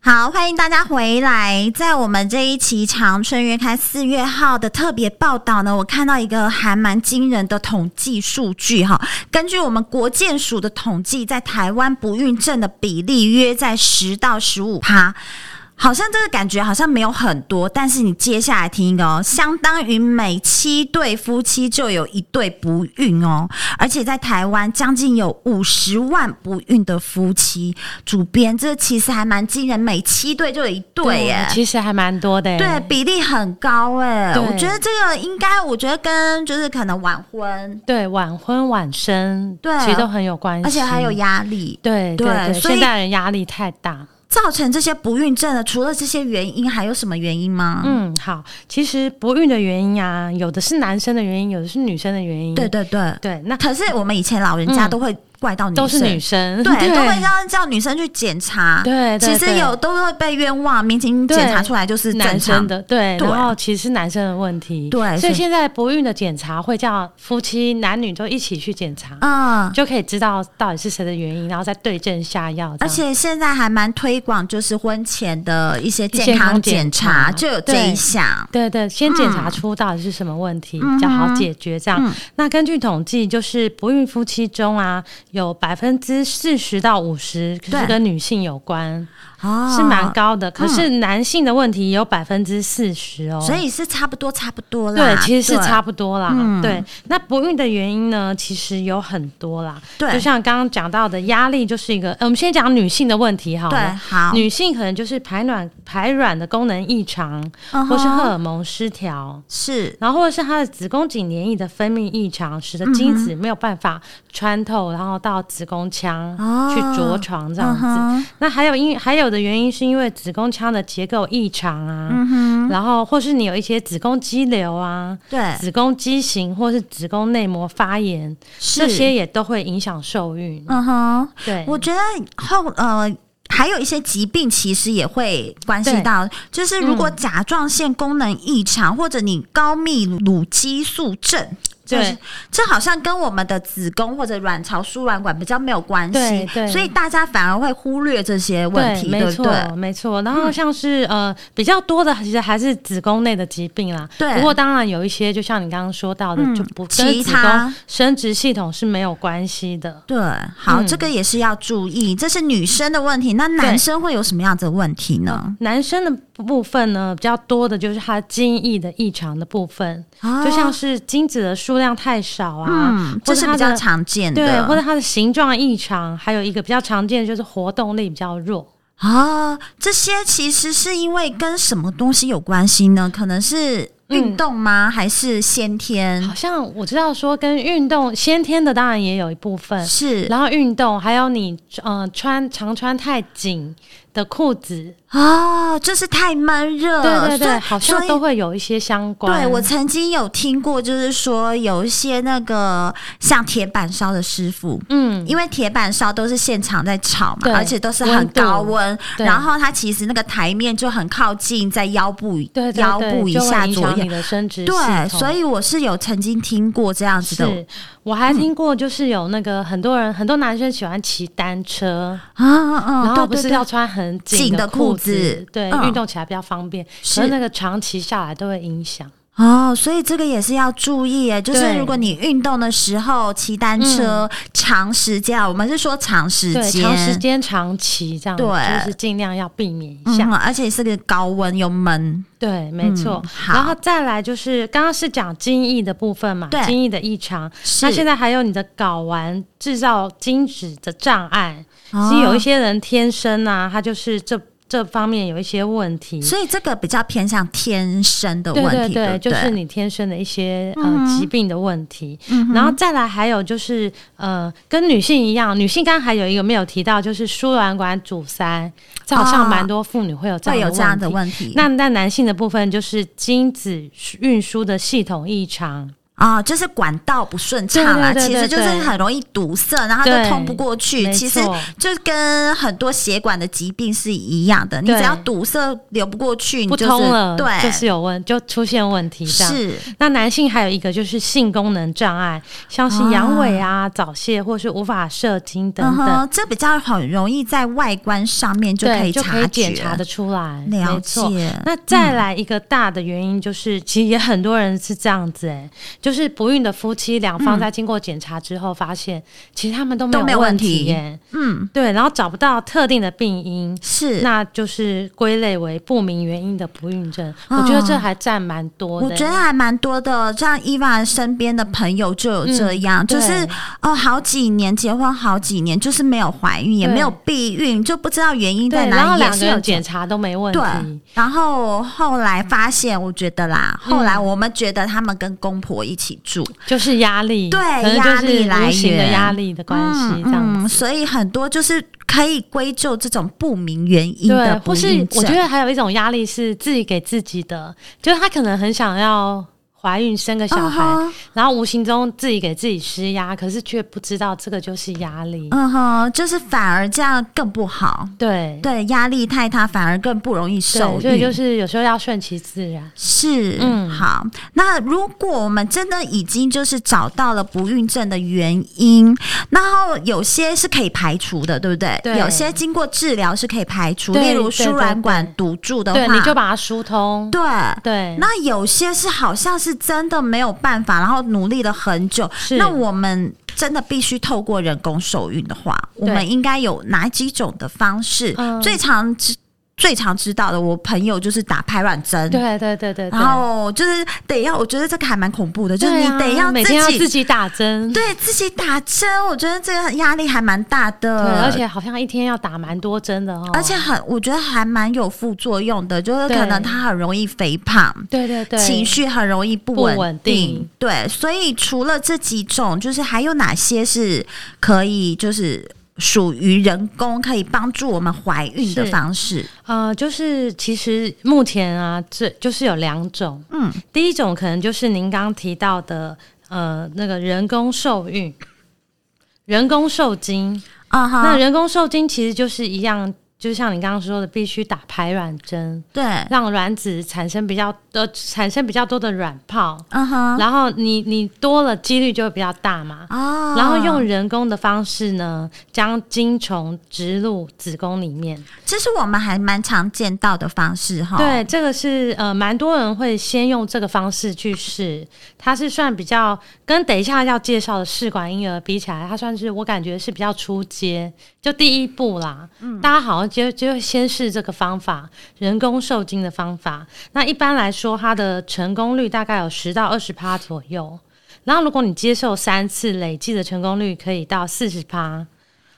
Speaker 2: 好，欢迎大家回来。在我们这一期《长春月刊》四月号的特别报道呢，我看到一个还蛮惊人的统计数据哈。根据我们国健署的统计，在台湾不孕症的比例约在十到十五趴。好像这个感觉好像没有很多，但是你接下来听一个哦，相当于每七对夫妻就有一对不孕哦，而且在台湾将近有五十万不孕的夫妻。主编，这其实还蛮惊人，每七对就有一对耶。
Speaker 3: 其实还蛮多的耶。
Speaker 2: 对比例很高哎、
Speaker 3: 对
Speaker 2: 我觉得这个应该，我觉得跟就是可能晚婚，
Speaker 3: 对，晚婚晚生，
Speaker 2: 对
Speaker 3: 其实都很有关系，
Speaker 2: 而且还有压力，
Speaker 3: 对对
Speaker 2: 对
Speaker 3: 对，
Speaker 2: 所以
Speaker 3: 现代人压力太大。
Speaker 2: 造成这些不孕症的，除了这些原因，还有什么原因吗？
Speaker 3: 嗯，好，其实不孕的原因啊，有的是男生的原因，有的是女生的原因。
Speaker 2: 对对对。
Speaker 3: 对，那
Speaker 2: 可是我们以前老人家
Speaker 3: 嗯
Speaker 2: 都会怪到女生，
Speaker 3: 都是女生，
Speaker 2: 对，都会让叫女生去检查。
Speaker 3: 对对
Speaker 2: 其实
Speaker 3: 对
Speaker 2: 有都会被冤枉，明明检查出来就是正
Speaker 3: 男
Speaker 2: 常
Speaker 3: 生。的，对，
Speaker 2: 对
Speaker 3: 然后其实是男生的问题，
Speaker 2: 对
Speaker 3: 所
Speaker 2: 是
Speaker 3: 以现在不孕的检查会叫夫妻男女都一起去检查，
Speaker 2: 嗯，
Speaker 3: 就可以知道到底是谁的原因，然后再对症下药这
Speaker 2: 而
Speaker 3: 样。
Speaker 2: 且现在还蛮推广，就是婚前的一些
Speaker 3: 健
Speaker 2: 健
Speaker 3: 康
Speaker 2: 康检
Speaker 3: 检
Speaker 2: 查，
Speaker 3: 查
Speaker 2: 就有这一
Speaker 3: 对
Speaker 2: 项。
Speaker 3: 对对，先检
Speaker 2: 嗯
Speaker 3: 查出到底是什么问题、比较好解决。这样，那根据统计，就是不孕夫妻中啊，有百分之四十到五十
Speaker 2: 对嗯
Speaker 3: 是跟女性有关，
Speaker 2: 哦
Speaker 3: 是蛮。高的。可是男性的问题也有百分之四十哦，
Speaker 2: 所以是差不多，差不多啦。
Speaker 3: 对，其实是
Speaker 2: 对
Speaker 3: 差不多啦。
Speaker 2: 嗯
Speaker 3: 对，那不孕的原因呢，其实有很多啦。
Speaker 2: 对
Speaker 3: 就像刚刚讲到的，压力就是一个。呃我们先讲女性的问题好
Speaker 2: 对
Speaker 3: 了。
Speaker 2: 好，
Speaker 3: 女性可能就是排卵排卵的功能异常，
Speaker 2: 嗯
Speaker 3: 或是
Speaker 2: 哼
Speaker 3: 荷尔蒙失调，
Speaker 2: 是
Speaker 3: 然后或者是她的子宫颈黏液的分泌异常，使得精子没有办法穿透，然后到子宫腔
Speaker 2: 哦
Speaker 3: 去着床这样
Speaker 2: 嗯
Speaker 3: 子。
Speaker 2: 哼
Speaker 3: 那还有因还有的原因是因为子宫腔的结构异常啊，
Speaker 2: 嗯
Speaker 3: 然后或是你有一些子宫肌瘤啊、
Speaker 2: 对
Speaker 3: 子宫畸形或是子宫内膜发炎，这
Speaker 2: 是
Speaker 3: 些也都会影响受孕。
Speaker 2: 嗯哼，
Speaker 3: 对，
Speaker 2: 我觉得后呃。还有一些疾病其实也会关系
Speaker 3: 对
Speaker 2: 到，就是如果甲状腺功能异常，或者你高密乳激素症，就是
Speaker 3: 对
Speaker 2: 这好像跟我们的子宫或者卵巢输卵管比较没有关系
Speaker 3: 对，对
Speaker 2: 所以大家反而会忽略这些问题，对
Speaker 3: 对，没
Speaker 2: 不
Speaker 3: 错，
Speaker 2: 对？嗯
Speaker 3: 没错。然后像是、呃比较多的，其实还是子宫内的疾病啦。
Speaker 2: 对
Speaker 3: 不过当然有一些，就像你刚刚说到的，
Speaker 2: 嗯
Speaker 3: 就不
Speaker 2: 其
Speaker 3: 跟子
Speaker 2: 他
Speaker 3: 宫生殖系统是没有关系的。
Speaker 2: 对，好，
Speaker 3: 嗯
Speaker 2: 这个也是要注意，这是女生的问题。那男
Speaker 3: 对
Speaker 2: 生会有什么样子的问题呢？
Speaker 3: 男生的部分呢，比较多的就是它精益的异常的部分，
Speaker 2: 哦
Speaker 3: 就像是精子的数量太少啊，
Speaker 2: 嗯，
Speaker 3: 或
Speaker 2: 这
Speaker 3: 者
Speaker 2: 是
Speaker 3: 它
Speaker 2: 比较
Speaker 3: 的
Speaker 2: 常见的，
Speaker 3: 对，或者它的形状异常，还有一个比较常见的就是活动力比较弱。
Speaker 2: 哦，这些其实是因为跟什么东西有关系呢？可能是运动吗？还是先天
Speaker 3: 嗯好？像我知道说跟运动先天的当然也有一部分，
Speaker 2: 是
Speaker 3: 然后运动还有你呃穿常穿太紧的裤子，
Speaker 2: 哦，就是太闷热，
Speaker 3: 对对
Speaker 2: 嗯所以
Speaker 3: 对，好像
Speaker 2: 所以
Speaker 3: 都会有一些相关。
Speaker 2: 对我曾经有听过，就是说有一些那个像铁板烧的师傅。
Speaker 3: 嗯，
Speaker 2: 因为铁板烧都是现场在炒嘛，
Speaker 3: 对
Speaker 2: 而且都是很高温，
Speaker 3: 对
Speaker 2: 然后它其实那个台面就很靠近在腰部以
Speaker 3: 对对对
Speaker 2: 腰部以
Speaker 3: 就会
Speaker 2: 下
Speaker 3: 影
Speaker 2: 左
Speaker 3: 响
Speaker 2: 右
Speaker 3: 你，的生殖
Speaker 2: 对，
Speaker 3: 系统
Speaker 2: 所以我是有曾经听过这样子的
Speaker 3: 是我还听过，就是有那个很多人很多男生喜欢骑单车，
Speaker 2: 啊啊
Speaker 3: 然
Speaker 2: 啊，
Speaker 3: 后
Speaker 2: 对
Speaker 3: 不
Speaker 2: 对
Speaker 3: 是
Speaker 2: 对
Speaker 3: 要穿很
Speaker 2: 紧的
Speaker 3: 的
Speaker 2: 裤
Speaker 3: 子，
Speaker 2: 子
Speaker 3: 对，
Speaker 2: 嗯
Speaker 3: 运动起来比较方便，
Speaker 2: 是
Speaker 3: 可是那个长期下来都会影响。
Speaker 2: 哦，所以这个也是要注意诶，就是
Speaker 3: 对嗯
Speaker 2: 如果你运动的时候骑单车、长时间啊，我们是说长时
Speaker 3: 对，
Speaker 2: 间，
Speaker 3: 长时间长期这样，
Speaker 2: 对
Speaker 3: 就是尽量要避免一下。
Speaker 2: 嗯，而且是个高温又闷，
Speaker 3: 对，没错。
Speaker 2: 嗯好
Speaker 3: 然后再来就是刚刚是讲精液的部分嘛
Speaker 2: 对，
Speaker 3: 精液的异常。
Speaker 2: 是
Speaker 3: 那现在还有你的睾丸制造精子的障碍，
Speaker 2: 哦
Speaker 3: 是有一些人天生啊，他就是这这方面有一些问题。
Speaker 2: 所以这个比较偏向天生的
Speaker 3: 对
Speaker 2: 问
Speaker 3: 对
Speaker 2: 题，对不
Speaker 3: 就是你天生的一些
Speaker 2: 嗯
Speaker 3: 呃
Speaker 2: 哼嗯
Speaker 3: 疾病的问题，然后再来还有就是呃，跟女性一样，女性刚刚还有一个没有提到，就是输卵管阻塞，这好
Speaker 2: 哦
Speaker 3: 像蛮多妇女会有这
Speaker 2: 会有
Speaker 3: 样的
Speaker 2: 这样的
Speaker 3: 题。
Speaker 2: 问题。
Speaker 3: 那那男性的部分就是精子运输的系统异常，
Speaker 2: 啊、就是管道不顺畅啊，
Speaker 3: 对对对
Speaker 2: 其实就
Speaker 3: 对
Speaker 2: 是
Speaker 3: 对
Speaker 2: 很容易堵塞，然后就
Speaker 3: 对
Speaker 2: 通不过去。
Speaker 3: 没
Speaker 2: 其实嗯
Speaker 3: 错
Speaker 2: 就是跟很多血管的疾病是一样的，你
Speaker 3: 对
Speaker 2: 只要堵塞流不过去，你
Speaker 3: 不
Speaker 2: 就是
Speaker 3: 通了，
Speaker 2: 对，
Speaker 3: 就是有问就出现问题这样。
Speaker 2: 是
Speaker 3: 那男性还有一个就是性功能障碍，像是阳痿啊、早泄或是无法射精等等。
Speaker 2: 嗯哼，这比较很容易在外观上面就可
Speaker 3: 对
Speaker 2: 以
Speaker 3: 就可
Speaker 2: 察
Speaker 3: 以
Speaker 2: 觉
Speaker 3: 检查的出来，
Speaker 2: 了
Speaker 3: 没错。
Speaker 2: 解。嗯
Speaker 3: 那再来一个大的原因就是，其实也很多人是这样子、欸，就是不孕的夫妻两方在经过检查之后，发现、其实他们都
Speaker 2: 嗯都
Speaker 3: 没
Speaker 2: 没有
Speaker 3: 有
Speaker 2: 问
Speaker 3: 问
Speaker 2: 题
Speaker 3: 题、耶，
Speaker 2: 嗯，
Speaker 3: 对，然后找不到特定的病因。
Speaker 2: 是。
Speaker 3: 那就是归类为不明原因的不孕症，
Speaker 2: 嗯
Speaker 3: 我觉得这还占蛮多的
Speaker 2: 我
Speaker 3: 欸、
Speaker 2: 觉得还蛮多的，像伊娃身边的朋友就有这样，
Speaker 3: 嗯
Speaker 2: 就是
Speaker 3: 对
Speaker 2: 哦，好几年结婚，好几年就是没有怀孕，也
Speaker 3: 对
Speaker 2: 没有避孕，就不知道原因在
Speaker 3: 对，然
Speaker 2: 哪
Speaker 3: 后
Speaker 2: 里，也
Speaker 3: 两个
Speaker 2: 是有
Speaker 3: 人检查都没问
Speaker 2: 对
Speaker 3: 题。。
Speaker 2: 然后后来发现，我觉得啦，后来
Speaker 3: 嗯
Speaker 2: 我们觉得他们跟公婆一起住，
Speaker 3: 就是压力，
Speaker 2: 对
Speaker 3: 可能
Speaker 2: 压
Speaker 3: 就
Speaker 2: 力
Speaker 3: 是
Speaker 2: 来
Speaker 3: 无形的
Speaker 2: 源
Speaker 3: 压力的关系，这样
Speaker 2: 嗯
Speaker 3: 子。
Speaker 2: 所以很多就是可以归咎这种不明原因
Speaker 3: 对
Speaker 2: 的，不
Speaker 3: 或是
Speaker 2: 孕
Speaker 3: 我
Speaker 2: 症
Speaker 3: 觉得还有一种压力是自己给自己的，就是他可能很想要怀孕生个小孩，
Speaker 2: 嗯哼
Speaker 3: 然后无形中自己给自己施压，可是却不知道这个就是压力。
Speaker 2: 嗯哼，就是反而这样更不好。
Speaker 3: 对
Speaker 2: 对，压力太大反而更不容易
Speaker 3: 对
Speaker 2: 受
Speaker 3: 所以
Speaker 2: 孕。
Speaker 3: 就是有时候要顺其自然。
Speaker 2: 是，
Speaker 3: 嗯
Speaker 2: 好。那如果我们真的已经就是找到了不孕症的原因，然后有些是可以排除的，对不对？
Speaker 3: 对
Speaker 2: 有些经过治疗是可以排除，例
Speaker 3: 对
Speaker 2: 如
Speaker 3: 对
Speaker 2: 输卵
Speaker 3: 对
Speaker 2: 管
Speaker 3: 对
Speaker 2: 堵住的话，
Speaker 3: 对，你就把它疏通。
Speaker 2: 对
Speaker 3: 对，
Speaker 2: 那有些是好像是真的没有办法，然后努力了很久。
Speaker 3: 是
Speaker 2: 那我们真的必须透过人工受孕的话，我们应该有哪几种的方式？
Speaker 3: 嗯
Speaker 2: 最常知最常知道的，我朋友就是打排卵针。
Speaker 3: 对对对对对。
Speaker 2: 然后就是得要，我觉得这个还蛮恐怖的，就是
Speaker 3: 对
Speaker 2: 你
Speaker 3: 啊
Speaker 2: 得要
Speaker 3: 每
Speaker 2: 自
Speaker 3: 天要
Speaker 2: 己
Speaker 3: 自己打针。对，
Speaker 2: 对自己打针，我觉得这个压力还蛮大的，
Speaker 3: 而且好像一天要打蛮多针的哦。
Speaker 2: 而且很，我觉得还蛮有副作用的，就是可能
Speaker 3: 对
Speaker 2: 它很容易肥胖，
Speaker 3: 对对对，
Speaker 2: 情绪很容易不稳
Speaker 3: 不稳定
Speaker 2: 对，所以除了这几种，就是还有哪些是可以就是属于人工可以帮助我们怀孕的
Speaker 3: 是
Speaker 2: 方式？
Speaker 3: 呃，就是其实目前啊，这就是有两种，
Speaker 2: 嗯，
Speaker 3: 第一种可能就是您刚刚提到的，呃，那个人工受孕、人工受精。
Speaker 2: 啊哈，
Speaker 3: 那人工受精其实就是一样，就像你刚刚说的，必须打排卵针，
Speaker 2: 对，
Speaker 3: 让卵子产生比较呃产生比较多的卵泡，
Speaker 2: 嗯哼，
Speaker 3: 然后你你多了几率就会比较大嘛。
Speaker 2: 哦，
Speaker 3: 然后用人工的方式呢，将精虫植入子宫里面。
Speaker 2: 这是我们还蛮常见到的方式哈。
Speaker 3: 对，这个是呃，蛮多人会先用这个方式去试，它是算比较跟等一下要介绍的试管婴儿比起来，它算是我感觉是比较初阶，就第一步啦。大家好好，就就先试这个方法，人工受精的方法。那一般来说，它的成功率大概有十到二十趴左右。然后，如果你接受三次，累计的成功率可以到四十趴。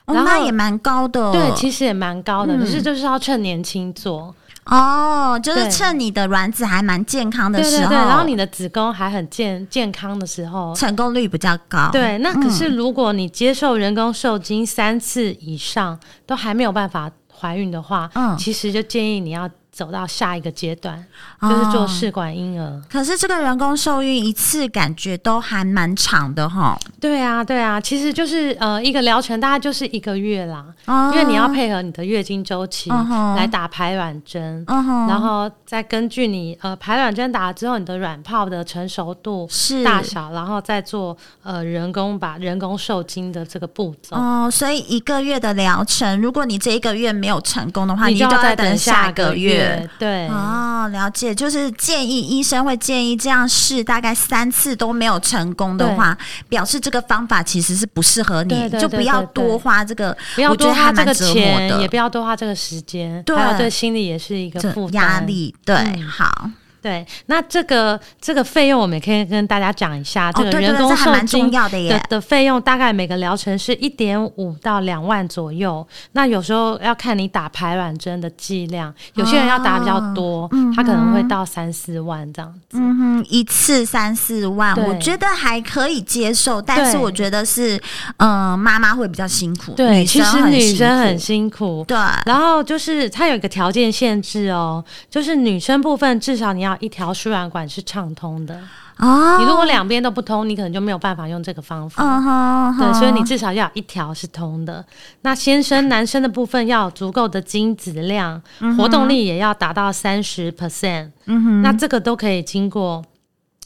Speaker 2: 哦，
Speaker 3: 然后
Speaker 2: 那也蛮高的。
Speaker 3: 对，其实也蛮高的，可是就是要趁年轻做。
Speaker 2: 哦，就是
Speaker 3: 对
Speaker 2: 趁你的卵子还蛮健康的
Speaker 3: 对
Speaker 2: 时
Speaker 3: 对
Speaker 2: 候，
Speaker 3: 对，然后你的子宫还很健健康的时候。
Speaker 2: 成功率比较高。，
Speaker 3: 对，那可是如果你接受人工受精三次以上都还没有办法怀孕的话，
Speaker 2: 嗯
Speaker 3: 其实就建议你要走到下一个阶段，
Speaker 2: 啊
Speaker 3: 就是做试管婴儿。
Speaker 2: 哦可是这个人工受孕一次感觉都还蛮长的哈，
Speaker 3: 对啊，对啊，其实就是呃一个疗程大概就是一个月啦，
Speaker 2: 因
Speaker 3: 因为你要，配合你的月经周期
Speaker 2: 嗯哼
Speaker 3: 来打排卵针。
Speaker 2: 嗯哼
Speaker 3: 然后再根据你呃排卵针打了之后，你的卵泡的成熟度、
Speaker 2: 是
Speaker 3: 大小，然后再做呃人工把人工受精的这个步骤。
Speaker 2: 哦，所以一个月的疗程，如果你这一个月没有成功的话，
Speaker 3: 你
Speaker 2: 你
Speaker 3: 就
Speaker 2: 都
Speaker 3: 要再
Speaker 2: 等
Speaker 3: 下
Speaker 2: 个
Speaker 3: 月。对，
Speaker 2: 哦，了解，就是建议医生会建议这样试，大概三次都没有成功的话，表示这个方法其实是不适合你，
Speaker 3: 对对
Speaker 2: 就
Speaker 3: 对
Speaker 2: 不要
Speaker 3: 对对
Speaker 2: 多花这个，
Speaker 3: 不要
Speaker 2: 我觉
Speaker 3: 多
Speaker 2: 得
Speaker 3: 花
Speaker 2: 还
Speaker 3: 这
Speaker 2: 蛮
Speaker 3: 个
Speaker 2: 折磨
Speaker 3: 钱，也
Speaker 2: 的
Speaker 3: 不要多花这个时间，
Speaker 2: 对
Speaker 3: 还有对心理也是一个
Speaker 2: 这
Speaker 3: 负担
Speaker 2: 压。力。对，
Speaker 3: 嗯
Speaker 2: 好，
Speaker 3: 对，那这个这个费用我们也可以跟大家讲一下，
Speaker 2: 哦，
Speaker 3: 这
Speaker 2: 对
Speaker 3: 个
Speaker 2: 对
Speaker 3: 人
Speaker 2: 对，
Speaker 3: 工
Speaker 2: 这还
Speaker 3: 受
Speaker 2: 蛮重
Speaker 3: 精。
Speaker 2: 要的耶
Speaker 3: 的。的费用大概每个疗程是一点五到两万左右，那有时候要看你打排卵针的剂量，有些人要打比较
Speaker 2: 哦
Speaker 3: 多，他可能会到三四万这样子。
Speaker 2: 嗯哼，一次三四万，
Speaker 3: 对
Speaker 2: 我觉得还可以接受，但是
Speaker 3: 对
Speaker 2: 我觉得是，嗯，妈妈会比较辛苦，
Speaker 3: 对，其
Speaker 2: 生
Speaker 3: 实
Speaker 2: 很
Speaker 3: 女
Speaker 2: 辛
Speaker 3: 生很
Speaker 2: 苦
Speaker 3: 辛苦，
Speaker 2: 对，
Speaker 3: 然后就是它有一个条件限制哦，就是女生部分至少你要一条输卵管是畅通的，
Speaker 2: 哦，
Speaker 3: 你如果两边都不通，你可能就没有办法用这个方法。
Speaker 2: 嗯哼，
Speaker 3: 对，
Speaker 2: 哼
Speaker 3: 所以你至少要有一条是通的。那先生男生的部分要有足够的精子量，活动力也要达到三十 percent。
Speaker 2: 嗯哼，
Speaker 3: 那这个都可以经过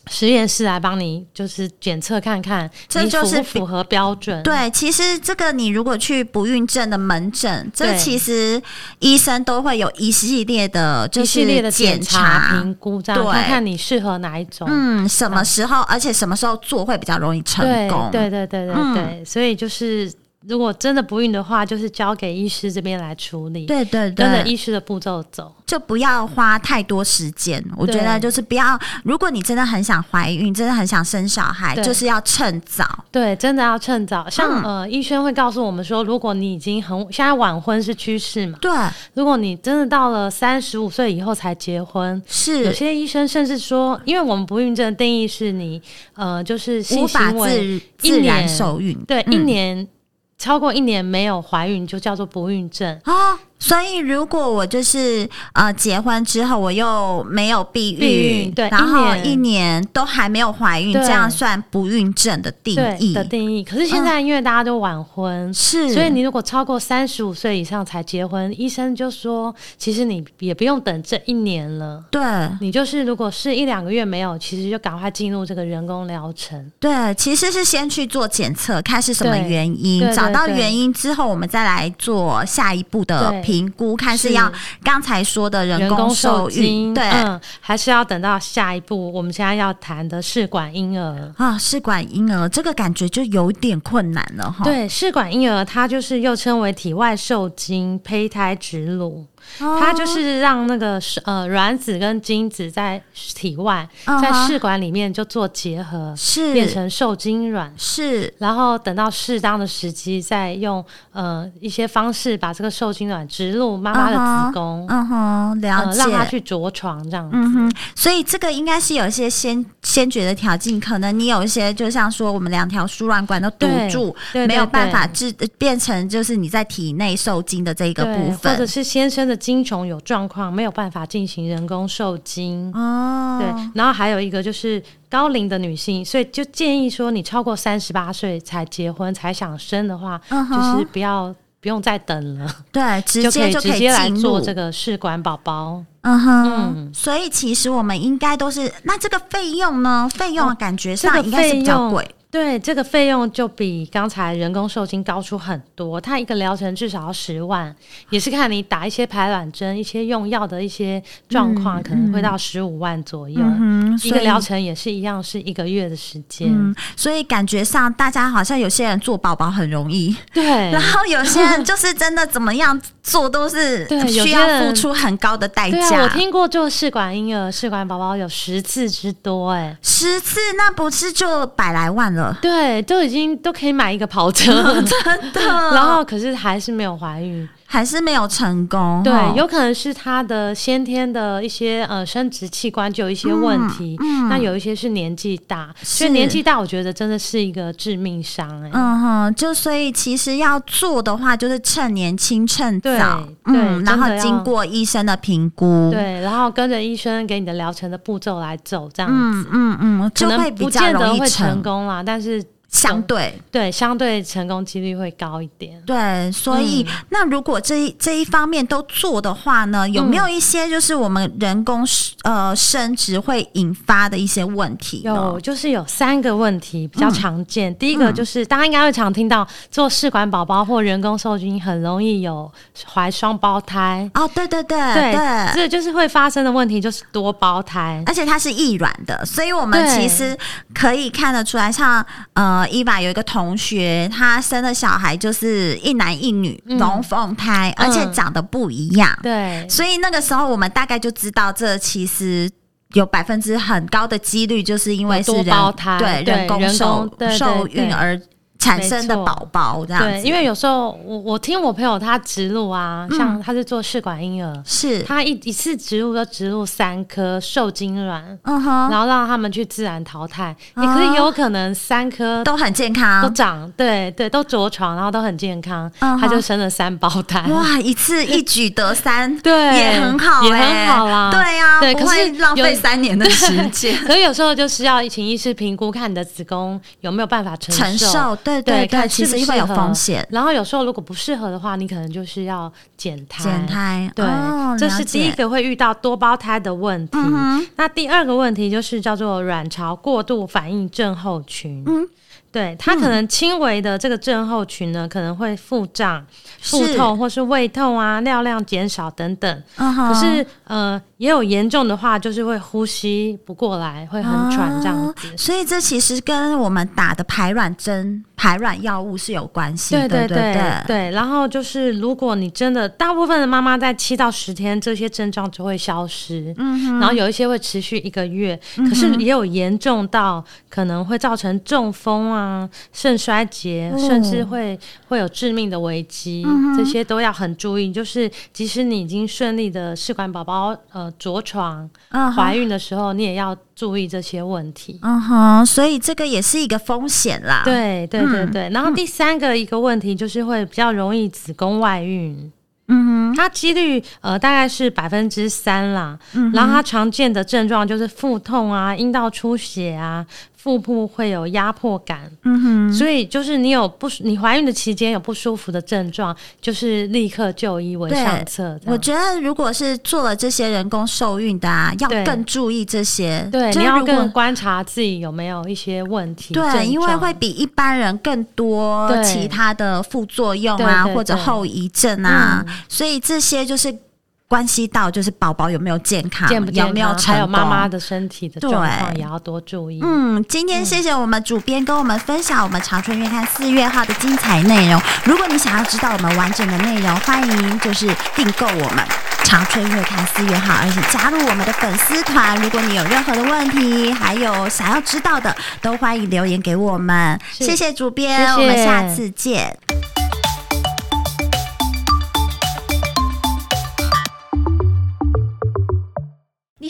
Speaker 3: 实验室来帮你，就是检测看看
Speaker 2: 这
Speaker 3: 你符
Speaker 2: 就是
Speaker 3: 不
Speaker 2: 比
Speaker 3: 符合标准。
Speaker 2: 对，其实这个你如果去不孕症的门诊，这
Speaker 3: 对
Speaker 2: 其实医生都会有一系列的，就
Speaker 3: 一
Speaker 2: 是
Speaker 3: 系列的检
Speaker 2: 检
Speaker 3: 查、评估，这样
Speaker 2: 对
Speaker 3: 看看你适合哪一种。
Speaker 2: 嗯，什么时候，而且什么时候做会比较容易成功？嗯
Speaker 3: 对对对对对对，所以就是如果真的不孕的话，就是交给医师这边来处理，
Speaker 2: 对对
Speaker 3: 跟着
Speaker 2: 对，
Speaker 3: 医师的步骤走。
Speaker 2: 就不要花太多时间。我觉得
Speaker 3: 对
Speaker 2: 就是不要，如果你真的很想怀孕，真的很想生小孩，
Speaker 3: 对
Speaker 2: 就是要趁早。
Speaker 3: 对，真的要趁早。像、
Speaker 2: 嗯
Speaker 3: 呃，医生会告诉我们说，如果你已经很现在晚婚是趋势嘛，
Speaker 2: 对，
Speaker 3: 如果你真的到了三十五岁以后才结婚。有
Speaker 2: 是
Speaker 3: 些医生甚至说，因为我们不孕症的定义是你，呃，就是
Speaker 2: 无
Speaker 3: 性
Speaker 2: 法
Speaker 3: 行为
Speaker 2: 自
Speaker 3: 一
Speaker 2: 自然
Speaker 3: 年
Speaker 2: 受孕。
Speaker 3: 对
Speaker 2: 嗯
Speaker 3: 一年、超过一年没有怀孕就叫做不孕症。
Speaker 2: 哦，所以如果我就是呃结婚之后我又没有避
Speaker 3: 避
Speaker 2: 孕，
Speaker 3: 孕对
Speaker 2: 然后
Speaker 3: 一年
Speaker 2: 一年都还没有怀孕，
Speaker 3: 对
Speaker 2: 这样算不孕症的定
Speaker 3: 对
Speaker 2: 义嗯
Speaker 3: 的定义。可是现在因为大家都晚婚，
Speaker 2: 是，
Speaker 3: 所以你如果超过三十五岁以上才结婚，医生就说，其实你也不用等这一年了。
Speaker 2: 对
Speaker 3: 你就是，如果是一两个月没有，其实就赶快进入这个人工疗程。
Speaker 2: 对，其实是先去做检测，看是什么
Speaker 3: 对
Speaker 2: 原因
Speaker 3: 对，对
Speaker 2: 找到
Speaker 3: 对
Speaker 2: 原因之后，我们再来做下一步的
Speaker 3: 对
Speaker 2: 评估，看是
Speaker 3: 是
Speaker 2: 要刚才说的人
Speaker 3: 人工
Speaker 2: 工受
Speaker 3: 精，
Speaker 2: 孕，对。
Speaker 3: 嗯，还是要等到下一步我们现在要谈的试管婴儿。
Speaker 2: 啊，试管婴儿这个感觉就有点困难了哈。
Speaker 3: 对，试管婴儿它就是又称为体外受精胚胎植入，
Speaker 2: 哦，
Speaker 3: 它就是让那个呃卵子跟精子在体外，
Speaker 2: 嗯
Speaker 3: 在
Speaker 2: 哼
Speaker 3: 试管里面就做结合，
Speaker 2: 是
Speaker 3: 变成受精卵，
Speaker 2: 是
Speaker 3: 然后等到适当的时机，再用呃一些方式把这个受精卵植入妈妈的子宫，
Speaker 2: 嗯哼，了
Speaker 3: 呃，
Speaker 2: 解。
Speaker 3: 让她去着床这样子。
Speaker 2: 嗯哼，所以这个应该是有一些先先决的条件，可能你有一些，就像说我们两条输卵管都堵
Speaker 3: 对
Speaker 2: 住，
Speaker 3: 对对
Speaker 2: 没有办
Speaker 3: 对
Speaker 2: 法治呃变成就是你在体内受精的这一个
Speaker 3: 对
Speaker 2: 部
Speaker 3: 或者
Speaker 2: 分。
Speaker 3: 是先生的精虫有状况，没有办法进行人工受精。
Speaker 2: 哦，
Speaker 3: 对，然后还有一个就是高龄的女性，所以就建议说，你超过三十八岁才结婚才想生的话，
Speaker 2: 嗯哼
Speaker 3: 就是不要不用再等了，
Speaker 2: 对，直
Speaker 3: 就可
Speaker 2: 接
Speaker 3: 以
Speaker 2: 就
Speaker 3: 直
Speaker 2: 以
Speaker 3: 接来
Speaker 2: 进入
Speaker 3: 做这。个试管宝宝。
Speaker 2: 嗯哼，
Speaker 3: 嗯
Speaker 2: 所以其实我们应该都是，那这个费用呢？费用
Speaker 3: 哦
Speaker 2: 感觉
Speaker 3: 这
Speaker 2: 上
Speaker 3: 个
Speaker 2: 应该是比较
Speaker 3: 费用
Speaker 2: 贵。
Speaker 3: 对，这个费用就比刚才人工受精高出很多，它一个疗程至少要十万，也是看你打一些排卵针、一些用药的一些状况，可能会到十五万左右。
Speaker 2: 嗯，
Speaker 3: 一个
Speaker 2: 所以
Speaker 3: 疗程也是一样，是一个月的时间。
Speaker 2: 嗯，所以感觉上大家好像有些人做宝宝很容易，
Speaker 3: 对
Speaker 2: 然，后有些人就是真的怎么样做都是
Speaker 3: 对有
Speaker 2: 需
Speaker 3: 些
Speaker 2: 要付
Speaker 3: 人
Speaker 2: 出很高的代
Speaker 3: 对
Speaker 2: 价。
Speaker 3: 啊，我听过做试管婴儿、试管宝宝有十次之多、哎，
Speaker 2: 十次那不是就百来万了？
Speaker 3: 对，都已经都可以买一个跑 车，
Speaker 2: 真的。
Speaker 3: 然后可是还是没有怀孕。
Speaker 2: 还是没有成功。
Speaker 3: 对，
Speaker 2: 齁
Speaker 3: 有可能是他的先天的一些呃生殖器官就有一些问题，
Speaker 2: 嗯
Speaker 3: 那有一些嗯是年纪大，所以
Speaker 2: 是
Speaker 3: 年纪大我觉得真的是一个致命伤哎、
Speaker 2: 嗯哼，就所以其实要做的话，就是趁年轻趁
Speaker 3: 对
Speaker 2: 早，
Speaker 3: 对
Speaker 2: 嗯，然
Speaker 3: 真
Speaker 2: 后
Speaker 3: 的要
Speaker 2: 经过医生的评估，，
Speaker 3: 对，然后跟着医生给你的疗程的步骤来走，这样
Speaker 2: 嗯
Speaker 3: 子、
Speaker 2: 嗯嗯，
Speaker 3: 可
Speaker 2: 就会
Speaker 3: 能
Speaker 2: 比
Speaker 3: 不
Speaker 2: 较
Speaker 3: 见得
Speaker 2: 容易
Speaker 3: 会成
Speaker 2: 成，
Speaker 3: 功啦，但是
Speaker 2: 相对
Speaker 3: 对相对成功几率会高一点。
Speaker 2: 对，所以、
Speaker 3: 嗯
Speaker 2: 那如果这一这一方面都做的话呢，有没有一些就是我们人工呃生殖会引发的一些问题呢？
Speaker 3: 有，就是有三个问题比较
Speaker 2: 嗯
Speaker 3: 常见。第一个就是、大家应该会常听到，做试管宝宝或人工受精很容易有怀双胞胎。
Speaker 2: 哦，对对对
Speaker 3: 对，
Speaker 2: 对
Speaker 3: 这就是会发生的问题，就是多 胞胎。
Speaker 2: 而且它是易软的，所以我们
Speaker 3: 对
Speaker 2: 其实可以看得出来，像呃，伊娃有一个同学，她生的小孩就是一男一女
Speaker 3: 嗯
Speaker 2: 龙凤胎，而且长得不一样，
Speaker 3: 对，
Speaker 2: 所以那个时候我们大概就知道，这其实有百分之很高的几率，就是因为是人
Speaker 3: 多胞胎
Speaker 2: 对
Speaker 3: 对
Speaker 2: 人工
Speaker 3: 人
Speaker 2: 受
Speaker 3: 工对对
Speaker 2: 受孕
Speaker 3: 对
Speaker 2: 而产生的
Speaker 3: 没错
Speaker 2: 宝宝这样
Speaker 3: 对，
Speaker 2: 子，
Speaker 3: 因为有时候我我听我朋友他植入啊，
Speaker 2: 嗯
Speaker 3: 像他是做试管婴儿，
Speaker 2: 是
Speaker 3: 他一一次植入就植入三颗受精卵，
Speaker 2: 嗯哼
Speaker 3: 然后让他们去自然淘汰。
Speaker 2: 哦
Speaker 3: 也可以有可能三颗
Speaker 2: 都很健
Speaker 3: 都
Speaker 2: 康，
Speaker 3: 长，对对，都着床，然后都很健康，
Speaker 2: 嗯哼
Speaker 3: 他就生了三胞胎。
Speaker 2: 哇，一次一举得三，
Speaker 3: 啊 对
Speaker 2: 也很好、欸，
Speaker 3: 也很好啦
Speaker 2: 对呀、
Speaker 3: 对
Speaker 2: 不
Speaker 3: 可
Speaker 2: 会
Speaker 3: 是
Speaker 2: 浪费
Speaker 3: 有
Speaker 2: 三年的时 间
Speaker 3: 可是有时候就是要请医师评估，看你的子宫有没有办法承
Speaker 2: 承受。对对对，
Speaker 3: 看
Speaker 2: 其
Speaker 3: 适
Speaker 2: 实
Speaker 3: 不
Speaker 2: 会有
Speaker 3: 适合
Speaker 2: 风险，
Speaker 3: 然后有时候如果不适合的话，你可能就是要减胎。
Speaker 2: 减胎，
Speaker 3: 对，
Speaker 2: 哦、
Speaker 3: 这
Speaker 2: 了
Speaker 3: 是第一
Speaker 2: 解。
Speaker 3: 个会遇到多胞胎的问题。
Speaker 2: 嗯哼
Speaker 3: 那第二个问题就是叫做卵巢过度反应症候群。
Speaker 2: 嗯
Speaker 3: 对，它可能轻微的这个症候群呢，可能会腹胀、腹
Speaker 2: 是
Speaker 3: 痛或是胃痛啊、尿量减少等等。
Speaker 2: 嗯哼，
Speaker 3: 可是呃，也有严重的话，就是会呼吸不过来，会很喘这样子。
Speaker 2: 哦所以这其实跟我们打的排卵针、排卵药物是有关系的，
Speaker 3: 对对
Speaker 2: 对
Speaker 3: 对对，然后就是，如果你真的大部分的妈妈在七到十天，这些症状就会消失，嗯，然后有一些会持续一个月，可是也有严重到可能会造成中风啊、肾衰竭，甚至会会有致命的危机，这些都要很注意。就是即使你已经顺利的试管宝宝呃着床
Speaker 2: 嗯
Speaker 3: 怀
Speaker 2: 哼，
Speaker 3: 孕的时候，你也要注意这些问题。
Speaker 2: 嗯哼，所以这个也是一个风险啦。，
Speaker 3: 对对对
Speaker 2: 嗯
Speaker 3: 对，然后第三个一个问题就是会比较容易子宫外孕，
Speaker 2: 嗯哼，
Speaker 3: 它几率呃大概是百分之三啦。
Speaker 2: 嗯
Speaker 3: 然后它常见的症状就是腹痛啊、阴道出血啊、腹部会有压迫感，
Speaker 2: 嗯哼，
Speaker 3: 所以就是你有不舒你怀孕的期间有不舒服的症状，就是立刻就医为
Speaker 2: 对
Speaker 3: 上策这样。
Speaker 2: 我觉得，如果是做了这些人工受孕的啊，要
Speaker 3: 对
Speaker 2: 更注意这些。
Speaker 3: 对，
Speaker 2: 就
Speaker 3: 你
Speaker 2: 是
Speaker 3: 要
Speaker 2: 如果
Speaker 3: 更观察自己有没有一些问题。
Speaker 2: 对，
Speaker 3: 症
Speaker 2: 因为
Speaker 3: 状
Speaker 2: 会比一般人更多
Speaker 3: 对
Speaker 2: 其他的副作用啊，
Speaker 3: 对嗯对
Speaker 2: 或者
Speaker 3: 对
Speaker 2: 后遗症啊，所以这些就是关系到就是宝宝有没有健康，
Speaker 3: 健不健康，
Speaker 2: 有没有成
Speaker 3: 还有妈妈
Speaker 2: 功。
Speaker 3: 的身体的状况也要多注意。
Speaker 2: 嗯，今天谢谢我们主编跟我们分享我们长春月刊四月号的精彩内容。如果你想要知道我们完整的内容，欢迎就是订购我们长春月刊四月号，而且加入我们的粉丝团。如果你有任何的问题，还有想要知道的，都欢迎留言给我们。
Speaker 3: 是
Speaker 2: 谢谢主编，
Speaker 3: 谢谢
Speaker 2: 我们下次见。
Speaker 1: 你